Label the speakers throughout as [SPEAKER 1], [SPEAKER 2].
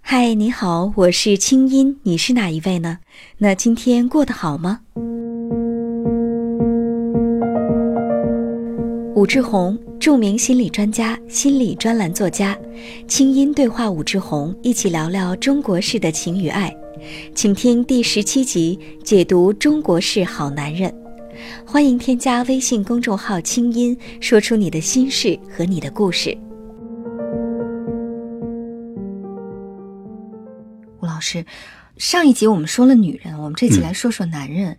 [SPEAKER 1] 嗨，你好，我是清音，你是哪一位呢？那今天过得好吗？武志红，著名心理专家、心理专栏作家，清音对话武志红，一起聊聊中国式的情与爱，请听第十七集，解读中国式好男人。欢迎添加微信公众号“清音”，说出你的心事和你的故事。
[SPEAKER 2] 吴老师，上一集我们说了女人，我们这集来说说男人。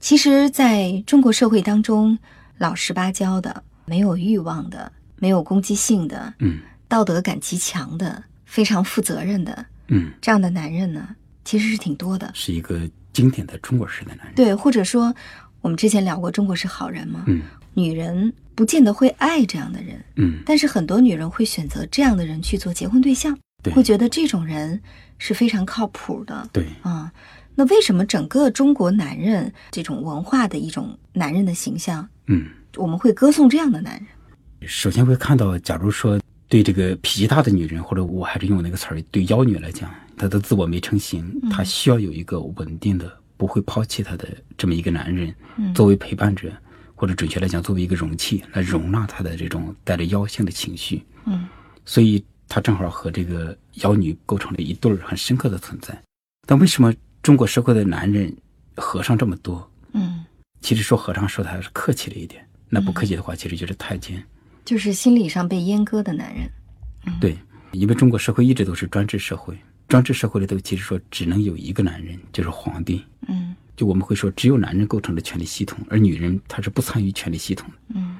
[SPEAKER 2] 其实，在中国社会当中，老实巴交的、没有欲望的、没有攻击性的、
[SPEAKER 3] 嗯
[SPEAKER 2] 道德感极强的、非常负责任的
[SPEAKER 3] 嗯，
[SPEAKER 2] 这样的男人呢，其实是挺多的。
[SPEAKER 3] 是一个经典的中国式的男人。
[SPEAKER 2] 对，或者说，我们之前聊过中国是好人嘛，
[SPEAKER 3] 嗯
[SPEAKER 2] 女人不见得会爱这样的人，
[SPEAKER 3] 嗯，
[SPEAKER 2] 但是很多女人会选择这样的人去做结婚对象，
[SPEAKER 3] 对
[SPEAKER 2] 会觉得这种人是非常靠谱的。
[SPEAKER 3] 对，
[SPEAKER 2] 啊、那为什么整个中国男人这种文化的一种男人的形象，
[SPEAKER 3] 嗯，
[SPEAKER 2] 我们会歌颂这样的男人？
[SPEAKER 3] 首先会看到，假如说对这个脾气大的女人，或者我还是用那个词儿，对妖女来讲，她的自我没成型，她需要有一个稳定的、不会抛弃她的这么一个男人，
[SPEAKER 2] 嗯
[SPEAKER 3] 作为陪伴者，或者准确来讲，作为一个容器来容纳她的这种带着妖性的情绪。
[SPEAKER 2] 嗯
[SPEAKER 3] 所以她正好和这个妖女构成了一对儿很深刻的存在。但为什么中国社会的男人和尚这么多？
[SPEAKER 2] 嗯，
[SPEAKER 3] 其实说和尚说他是客气了一点，那不客气的话，其实就是太监。
[SPEAKER 2] 就是心理上被阉割的男人。
[SPEAKER 3] 对，因为中国社会一直都是专制社会，专制社会里头其实说只能有一个男人，就是皇帝。
[SPEAKER 2] 嗯
[SPEAKER 3] 就我们会说，只有男人构成了权力系统，而女人她是不参与权力系统的。
[SPEAKER 2] 嗯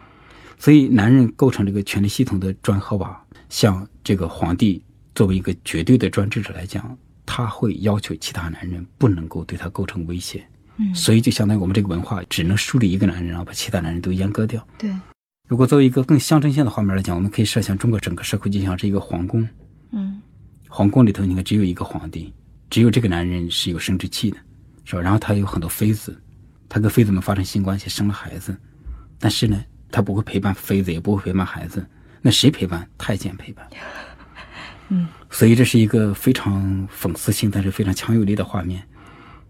[SPEAKER 3] 所以，男人构成这个权力系统的砖和瓦，像这个皇帝作为一个绝对的专制者来讲，他会要求其他男人不能够对他构成威胁。
[SPEAKER 2] 嗯，
[SPEAKER 3] 所以，就相当于我们这个文化只能树立一个男人，然后把其他男人都阉割掉。
[SPEAKER 2] 对，
[SPEAKER 3] 如果作为一个更象征性的画面来讲，我们可以设想中国整个社会就像是一个皇宫，
[SPEAKER 2] 嗯
[SPEAKER 3] 皇宫里头你看只有一个皇帝，只有这个男人是有生殖器的，是吧？然后他有很多妃子，他跟妃子们发生性关系，生了孩子，但是呢，他不会陪伴妃子，也不会陪伴孩子，那谁陪伴？太监陪伴。
[SPEAKER 2] 嗯，
[SPEAKER 3] 所以这是一个非常讽刺性，但是非常强有力的画面。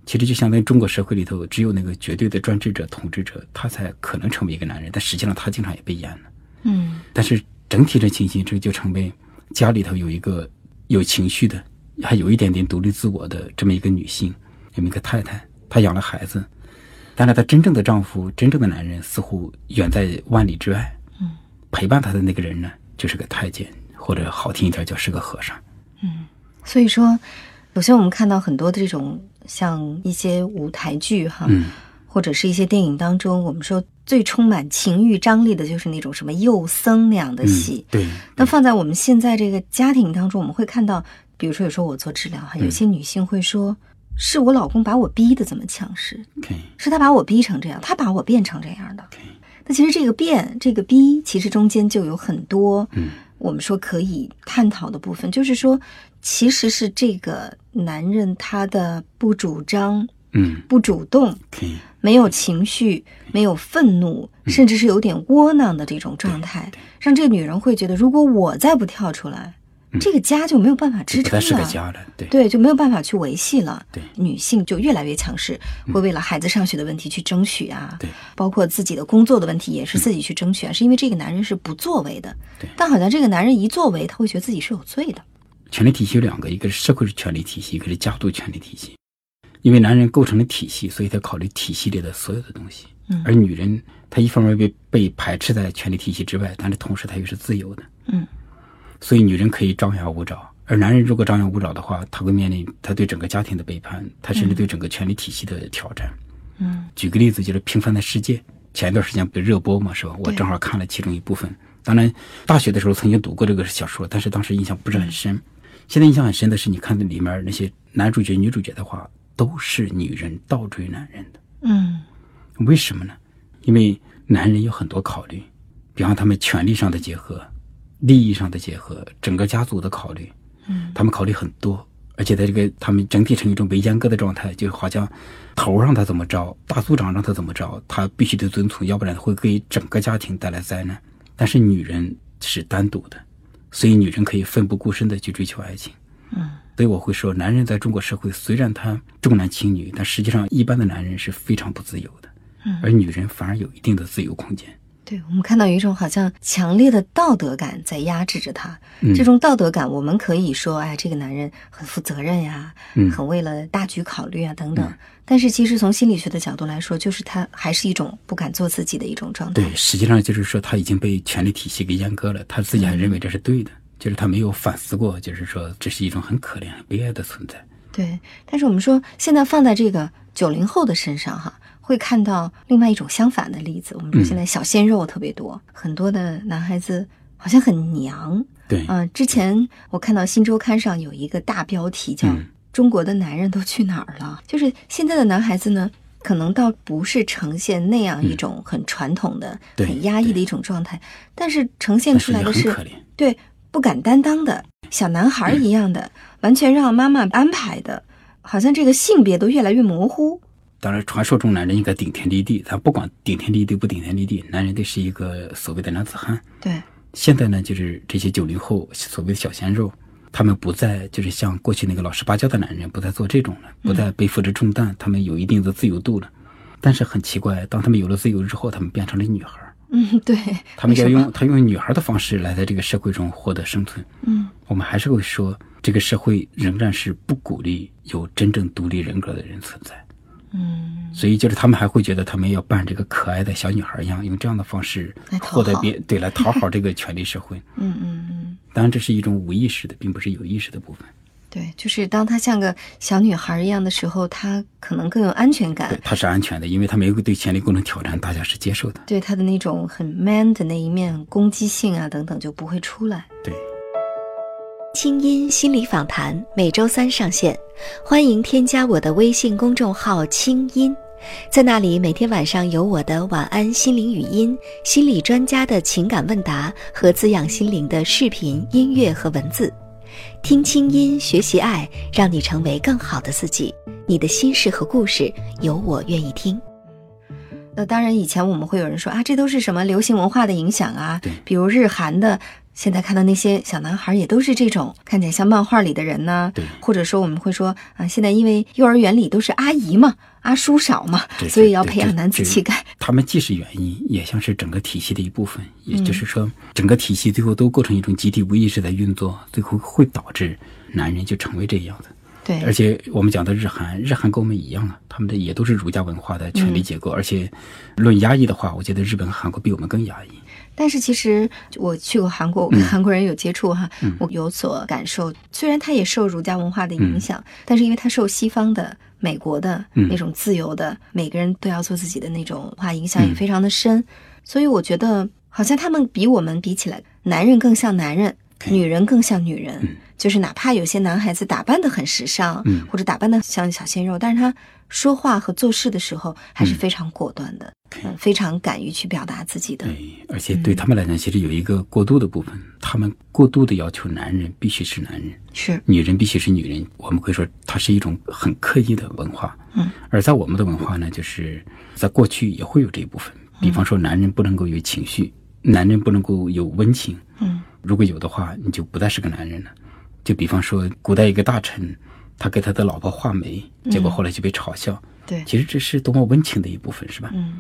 [SPEAKER 3] 其实就相当于中国社会里头，只有那个绝对的专制者、统治者，他才可能成为一个男人，但实际上他经常也被阉了。
[SPEAKER 2] 嗯
[SPEAKER 3] 但是整体的情形，这就成为家里头有一个有情绪的，还有一点点独立自我的这么一个女性，这么一个太太，她养了孩子，但是她真正的丈夫、真正的男人似乎远在万里之外。
[SPEAKER 2] 嗯，
[SPEAKER 3] 陪伴她的那个人呢，就是个太监，或者好听一点叫是个和尚。
[SPEAKER 2] 嗯，所以说，首先我们看到很多的这种像一些舞台剧哈。
[SPEAKER 3] 嗯，
[SPEAKER 2] 或者是一些电影当中，我们说最充满情欲张力的，就是那种什么幼僧那样的
[SPEAKER 3] 嗯
[SPEAKER 2] 戏。
[SPEAKER 3] 对，
[SPEAKER 2] 那放在我们现在这个家庭当中，我们会看到，比如说有时候我做治疗哈，有些女性会说，是我老公把我逼的这么强势，
[SPEAKER 3] 可以，
[SPEAKER 2] 是他把我逼成这样，他把我变成这样的
[SPEAKER 3] OK。
[SPEAKER 2] 那其实这个变，这个逼，其实中间就有很多，
[SPEAKER 3] 嗯，
[SPEAKER 2] 我们说可以探讨的部分，就是说，其实是这个男人他的不主张、
[SPEAKER 3] 嗯，
[SPEAKER 2] 不主动，
[SPEAKER 3] 可以，
[SPEAKER 2] 没有情绪，没有愤怒，
[SPEAKER 3] 嗯
[SPEAKER 2] 甚至是有点窝囊的这种状态，让这个女人会觉得，如果我再不跳出来，
[SPEAKER 3] 嗯
[SPEAKER 2] 这个家就没有办法
[SPEAKER 3] 这
[SPEAKER 2] 支
[SPEAKER 3] 不再
[SPEAKER 2] 撑
[SPEAKER 3] 是个
[SPEAKER 2] 了。
[SPEAKER 3] 家了，对，
[SPEAKER 2] 对，就没有办法去维系了。
[SPEAKER 3] 对嗯
[SPEAKER 2] 女性就越来越强势，会为了孩子上学的问题去争取啊，
[SPEAKER 3] 对，嗯
[SPEAKER 2] 包括自己的工作的问题也是自己去争取啊，是因为这个男人是不作为的
[SPEAKER 3] 对。
[SPEAKER 2] 但好像这个男人一作为，他会觉得自己是有罪的。
[SPEAKER 3] 权力体系有两个，一个是社会权力体系，一个是家族权力体系。因为男人构成了体系，所以他考虑体系里的所有的东西。
[SPEAKER 2] 嗯
[SPEAKER 3] 而女人，她一方面被被排斥在权力体系之外，但是同时她又是自由的。
[SPEAKER 2] 嗯，
[SPEAKER 3] 所以女人可以张牙舞爪，而男人如果张牙舞爪的话，他会面临他对整个家庭的背叛，他甚至对整个权力体系的挑战。
[SPEAKER 2] 嗯
[SPEAKER 3] 举个例子，就是《平凡的世界》，前一段时间不是热播嘛，是吧？我
[SPEAKER 2] 对
[SPEAKER 3] 正好看了其中一部分。当然，大学的时候曾经读过这个小说，但是当时印象不是很深。现在印象很深的是，你看里面那些男主角、女主角的话，都是女人倒追男人的。
[SPEAKER 2] 嗯
[SPEAKER 3] 为什么呢？因为男人有很多考虑，比方他们权力上的结合、利益上的结合、整个家族的考虑，
[SPEAKER 2] 嗯，
[SPEAKER 3] 他们考虑很多，而且在这个他们整体呈一种被阉割的状态，就好像头让他怎么着，大族长让他怎么着，他必须得遵从，要不然会给整个家庭带来灾难。但是女人是单独的，所以女人可以奋不顾身的去追求爱情。
[SPEAKER 2] 嗯，
[SPEAKER 3] 所以我会说，男人在中国社会虽然他重男轻女，但实际上一般的男人是非常不自由的，
[SPEAKER 2] 嗯
[SPEAKER 3] 而女人反而有一定的自由空间。
[SPEAKER 2] 对我们看到有一种好像强烈的道德感在压制着他，
[SPEAKER 3] 嗯
[SPEAKER 2] 这种道德感我们可以说，哎，这个男人很负责任呀、
[SPEAKER 3] 嗯
[SPEAKER 2] 很为了大局考虑啊等等。
[SPEAKER 3] 嗯
[SPEAKER 2] 但是其实从心理学的角度来说，就是他还是一种不敢做自己的一种状态。
[SPEAKER 3] 对，实际上就是说他已经被权力体系给阉割了，他自己还认为这是对的，
[SPEAKER 2] 嗯
[SPEAKER 3] 就是他没有反思过，就是说这是一种很可怜、很悲哀的存在。
[SPEAKER 2] 对，但是我们说现在放在这个九零后的身上哈，会看到另外一种相反的例子。我们说
[SPEAKER 3] 嗯
[SPEAKER 2] 现在小鲜肉特别多，很多的男孩子好像很娘。
[SPEAKER 3] 对，
[SPEAKER 2] 嗯、之前我看到《新周刊》上有一个大标题叫
[SPEAKER 3] 嗯
[SPEAKER 2] “中国的男人都去哪儿了”，就是现在的男孩子呢。可能倒不是呈现那样一种很传统的、
[SPEAKER 3] 嗯对
[SPEAKER 2] 很压抑的一种状态，但是呈现
[SPEAKER 3] 但
[SPEAKER 2] 出
[SPEAKER 3] 是
[SPEAKER 2] 来
[SPEAKER 3] 也
[SPEAKER 2] 的
[SPEAKER 3] 很
[SPEAKER 2] 是
[SPEAKER 3] 可怜。嗯
[SPEAKER 2] 对，不敢担当的小男孩儿一样的，完全让妈妈安排的，好像这个性别都越来越模糊。
[SPEAKER 3] 当然，传说中男人应该顶天立地，咱不管顶天立地不顶天立地，男人得是一个所谓的男子汉。
[SPEAKER 2] 对，
[SPEAKER 3] 现在呢，就是这些九零后所谓的小鲜肉，他们不再就是像过去那个老实巴交的男人，不再做这种了，
[SPEAKER 2] 嗯
[SPEAKER 3] 不再背负着重担，他们有一定的自由度了。但是很奇怪，当他们有了自由之后，他们变成了女孩儿，
[SPEAKER 2] 嗯，对，
[SPEAKER 3] 他们
[SPEAKER 2] 为
[SPEAKER 3] 要
[SPEAKER 2] 什么
[SPEAKER 3] 用他用女孩儿的方式来在这个社会中获得生存。
[SPEAKER 2] 嗯，
[SPEAKER 3] 我们还是会说，这个社会仍然是不鼓励有真正独立人格的人存在。嗯，所以就是他们还会觉得他们要扮这个可爱的小女孩一样，用这样的方式
[SPEAKER 2] 来讨好
[SPEAKER 3] 获得别对来讨好这个权力社会。
[SPEAKER 2] 嗯嗯嗯，
[SPEAKER 3] 当然，这是一种无意识的，并不是有意识的部分。
[SPEAKER 2] 对，就是当她像个小女孩儿一样的时候，她可能更有安全
[SPEAKER 3] 对
[SPEAKER 2] 感，，
[SPEAKER 3] 它是安全的，因为它没有对权力构成挑战，大家是接受的。
[SPEAKER 2] 对她的那种很 man 的那一面，攻击性啊等等就不会出来。
[SPEAKER 3] 对，
[SPEAKER 1] 清音心理访谈每周三上线，欢迎添加我的微信公众号“清音”，在那里每天晚上有我的晚安心灵语音、心理专家的情感问答和滋养心灵的视频、音乐和文字。听清音，学习爱，让你成为更好的自己。你的心事和故事，有我愿意听。
[SPEAKER 2] 那当然，以前我们会有人说啊，这都是什么流行文化的影响啊
[SPEAKER 3] 对，
[SPEAKER 2] 比如日韩的。现在看到那些小男孩也都是这种看起来像漫画里的人呢、
[SPEAKER 3] 对
[SPEAKER 2] 或者说我们会说啊，现在因为幼儿园里都是阿姨嘛，阿叔少嘛，
[SPEAKER 3] 对
[SPEAKER 2] 所以
[SPEAKER 3] 对
[SPEAKER 2] 要
[SPEAKER 3] 对
[SPEAKER 2] 培养
[SPEAKER 3] 对
[SPEAKER 2] 男子
[SPEAKER 3] 对
[SPEAKER 2] 气概。
[SPEAKER 3] 他们既是原因，也像是整个体系的一部分。也就是说，整个体系最后都构成一种集体无意识的运作，最后会导致男人就成为这样的。
[SPEAKER 2] 对，
[SPEAKER 3] 而且我们讲的日韩，日韩跟我们一样啊，他们的也都是儒家文化的权力结构。而且，论压抑的话，我觉得日本、和韩国比我们更压抑。
[SPEAKER 2] 但是其实我去过韩国，我跟
[SPEAKER 3] 嗯
[SPEAKER 2] 韩国人有接触哈，我有所感受。虽然他也受儒家文化的影响，但是因为他受西方的、美国的、
[SPEAKER 3] 嗯
[SPEAKER 2] 那种自由的，每个人都要做自己的那种文化影响也
[SPEAKER 3] 嗯
[SPEAKER 2] 非常的深，所以我觉得好像他们比我们比起来，男人更像男人。
[SPEAKER 3] 对
[SPEAKER 2] 女人更像女人，
[SPEAKER 3] 嗯
[SPEAKER 2] 就是哪怕有些男孩子打扮的很时尚，
[SPEAKER 3] 嗯
[SPEAKER 2] 或者打扮的像小鲜肉，但是他说话和做事的时候还是
[SPEAKER 3] 嗯
[SPEAKER 2] 非常果断的，
[SPEAKER 3] 对
[SPEAKER 2] 嗯，非常敢于去表达自己的。
[SPEAKER 3] 对，哎嗯而且对他们来讲，其实有一个过度的部分，他们过度的要求男人必须是男人。
[SPEAKER 2] 是，
[SPEAKER 3] 女人必须是女人，我们会说它是一种很刻意的文化。
[SPEAKER 2] 嗯，
[SPEAKER 3] 而在我们的文化呢，就是在过去也会有这一部分，比方说男人不能够有情绪，男人不能够有温情。
[SPEAKER 2] 嗯，
[SPEAKER 3] 如果有的话，你就不再是个男人了。就比方说，古代一个大臣，他给他的老婆画眉，结果后来就被嘲笑。
[SPEAKER 2] 对，
[SPEAKER 3] 其实这是多么温情的一部分，是吧？
[SPEAKER 2] 嗯，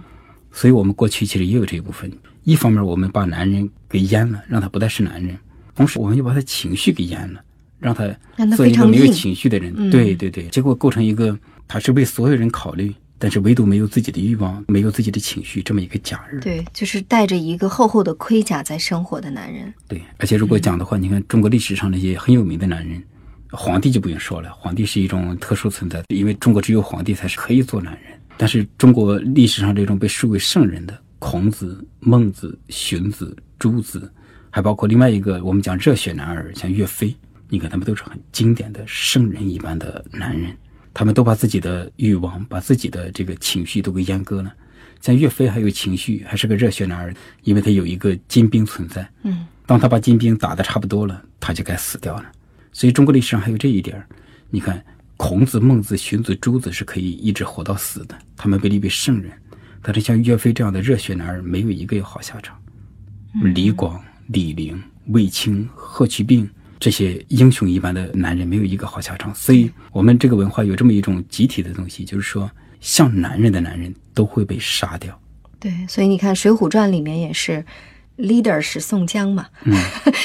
[SPEAKER 3] 所以我们过去其实也有这一部分。一方面，我们把男人给阉了，让他不再是男人；同时，我们又把他情绪给阉了，让他
[SPEAKER 2] 让他
[SPEAKER 3] 做一
[SPEAKER 2] 非
[SPEAKER 3] 个
[SPEAKER 2] 常
[SPEAKER 3] 没有
[SPEAKER 2] 硬
[SPEAKER 3] 情绪的人。
[SPEAKER 2] 嗯
[SPEAKER 3] 对对对，结果构成一个他是为所有人考虑，但是唯独没有自己的欲望，没有自己的情绪这么一个假人。
[SPEAKER 2] 对，就是带着一个厚厚的盔甲在生活的男人。
[SPEAKER 3] 对，而且如果讲的话，你看中国历史上那些很有名的男人，皇帝就不用说了，皇帝是一种特殊存在，因为中国只有皇帝才是可以做男人。但是中国历史上这种被视为圣人的孔子、孟子、荀子、朱子，还包括另外一个我们讲热血男儿，像岳飞，你看他们都是很经典的圣人一般的男人，他们都把自己的欲望、把自己的这个情绪都给阉割了。像岳飞还有情绪，还是个热血男儿，因为他有一个金兵存在。
[SPEAKER 2] 嗯，
[SPEAKER 3] 当他把金兵打得差不多了，他就该死掉了。所以中国历史上还有这一点儿。你看，孔子、孟子、荀子、朱子是可以一直活到死的，他们被立为圣人。但是像岳飞这样的热血男儿，没有一个有好下场。李广、李陵、卫青、霍去病，这些英雄一般的男人没有一个好下场。所以，我们这个文化有这么一种集体的东西，就是说，像男人的男人都会被杀掉。
[SPEAKER 2] 对，所以你看《水浒传》里面也是，leader 是宋江嘛，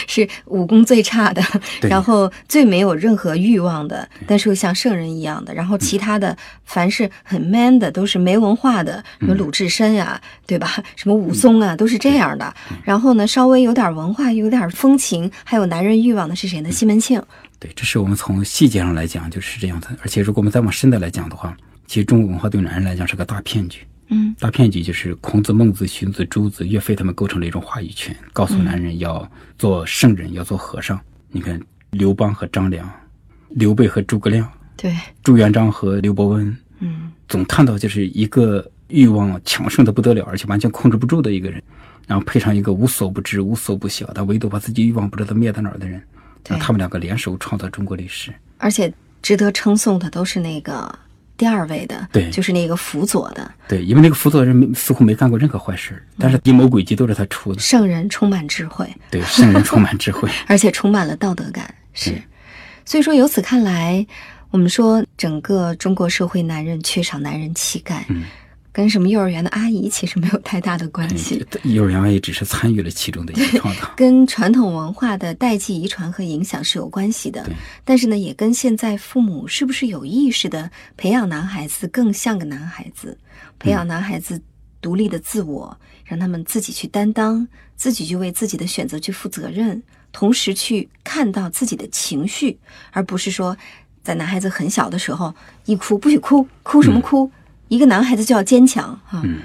[SPEAKER 2] 是武功最差的，
[SPEAKER 3] 对
[SPEAKER 2] 然后最没有任何欲望的，但是又像圣人一样的。然后其他的，凡是很 man 的，都是没文化的，什么鲁智深啊，对吧？ 什么武松啊，都是这样的。然后呢，稍微有点文化、有点风情，还有男人欲望的是谁呢？西门庆。
[SPEAKER 3] 对，这是我们从细节上来讲就是这样的。而且，如果我们再往深的来讲的话，其实中国文化对男人来讲是个大骗局。
[SPEAKER 2] 嗯，
[SPEAKER 3] 大骗局就是孔子、孟子、荀子、朱子、岳飞他们构成了一种话语权，告诉男人要做圣人，要做和尚。你看刘邦和张良，刘备和诸葛亮，
[SPEAKER 2] 对，
[SPEAKER 3] 朱元璋和刘伯温，
[SPEAKER 2] 嗯，
[SPEAKER 3] 总看到就是一个欲望强盛的不得了，而且完全控制不住的一个人，然后配上一个无所不知、无所不晓，但唯独把自己欲望不知道灭在哪儿的人，
[SPEAKER 2] 对
[SPEAKER 3] 那他们两个联手创造中国历史。
[SPEAKER 2] 而且值得称颂的都是那个第二位的，
[SPEAKER 3] 对
[SPEAKER 2] 就是那个辅佐的
[SPEAKER 3] 对，因为那个辅佐人没似乎没干过任何坏事，但是阴谋诡计都是他出的。
[SPEAKER 2] 圣人，充满智慧。
[SPEAKER 3] 对，圣人充满智慧。
[SPEAKER 2] 而且充满了道德感。是
[SPEAKER 3] 嗯，
[SPEAKER 2] 所以说由此看来，我们说整个中国社会男人缺少男人气概，
[SPEAKER 3] 嗯
[SPEAKER 2] 跟什么幼儿园的阿姨其实没有太大的关系，
[SPEAKER 3] 嗯幼儿园也只是参与了其中的一个创造。
[SPEAKER 2] 跟传统文化的代际遗传和影响是有关系的
[SPEAKER 3] 对。
[SPEAKER 2] 但是呢，也跟现在父母是不是有意识的培养男孩子更像个男孩子，
[SPEAKER 3] 嗯
[SPEAKER 2] 培养男孩子独立的自我，让他们自己去担当，自己去为自己的选择去负责任，同时去看到自己的情绪，而不是说在男孩子很小的时候一哭不许哭，哭什么哭？一个男孩子就要坚强啊。
[SPEAKER 3] 嗯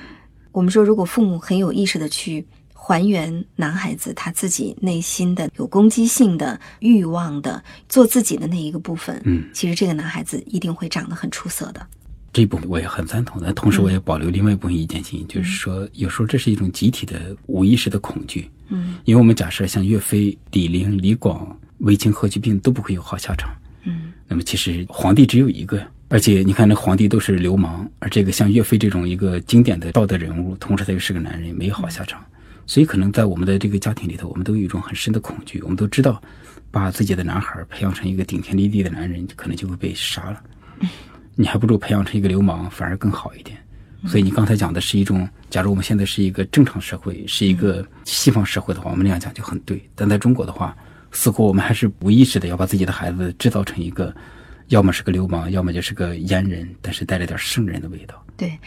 [SPEAKER 2] 我们说，如果父母很有意识的去还原男孩子他自己内心的有攻击性的欲望的做自己的那一个部分，
[SPEAKER 3] 嗯，
[SPEAKER 2] 其实这个男孩子一定会长得很出色的。
[SPEAKER 3] 这一部分我也很赞同的，同时我
[SPEAKER 2] 嗯
[SPEAKER 3] 也保留另外一部分意见性，就是说，有时候这是一种集体的无意识的恐惧，
[SPEAKER 2] 嗯
[SPEAKER 3] 因为我们假设像岳飞、李陵、李广、卫青、霍去病都不会有好下场。
[SPEAKER 2] 嗯，
[SPEAKER 3] 那么其实皇帝只有一个呀，而且你看那皇帝都是流氓，而这个像岳飞这种一个经典的道德人物，同时他又是个男人，没有好下场。
[SPEAKER 2] 嗯
[SPEAKER 3] 所以可能在我们的这个家庭里头，我们都有一种很深的恐惧，我们都知道，把自己的男孩培养成一个顶天立地的男人，可能就会被杀了。你还不如培养成一个流氓，反而更好一点。所以你刚才讲的是一种，假如我们现在是一个正常社会，是一个西方社会的话，我们那样讲就很对。但在中国的话，似乎我们还是无意识的要把自己的孩子制造成一个，要么是个流氓，要么就是个阉人，但是带着点圣人的味道。
[SPEAKER 2] 对。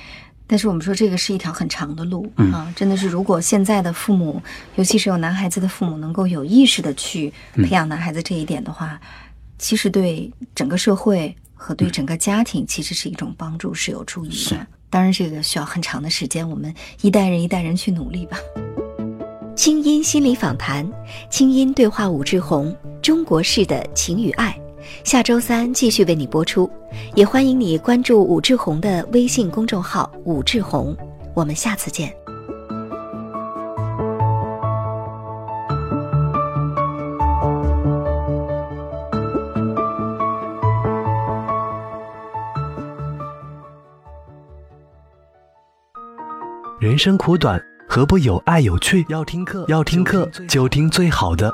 [SPEAKER 2] 但是我们说这个是一条很长的路、
[SPEAKER 3] 嗯
[SPEAKER 2] 啊，真的是如果现在的父母，尤其是有男孩子的父母，能够有意识的去
[SPEAKER 3] 嗯
[SPEAKER 2] 培养男孩子这一点的话，其实对整个社会和对整个家庭其实是一种帮助，是有注意的。当然，这个需要很长的时间，我们一代人一代人去努力吧。
[SPEAKER 1] 清音心理访谈，清音对话武志红，中国式的情与爱，下周三继续为你播出。也欢迎你关注武志红的微信公众号“武志红”，我们下次见。
[SPEAKER 4] 人生苦短，何不有爱有趣？要听课，要听课就听最好的。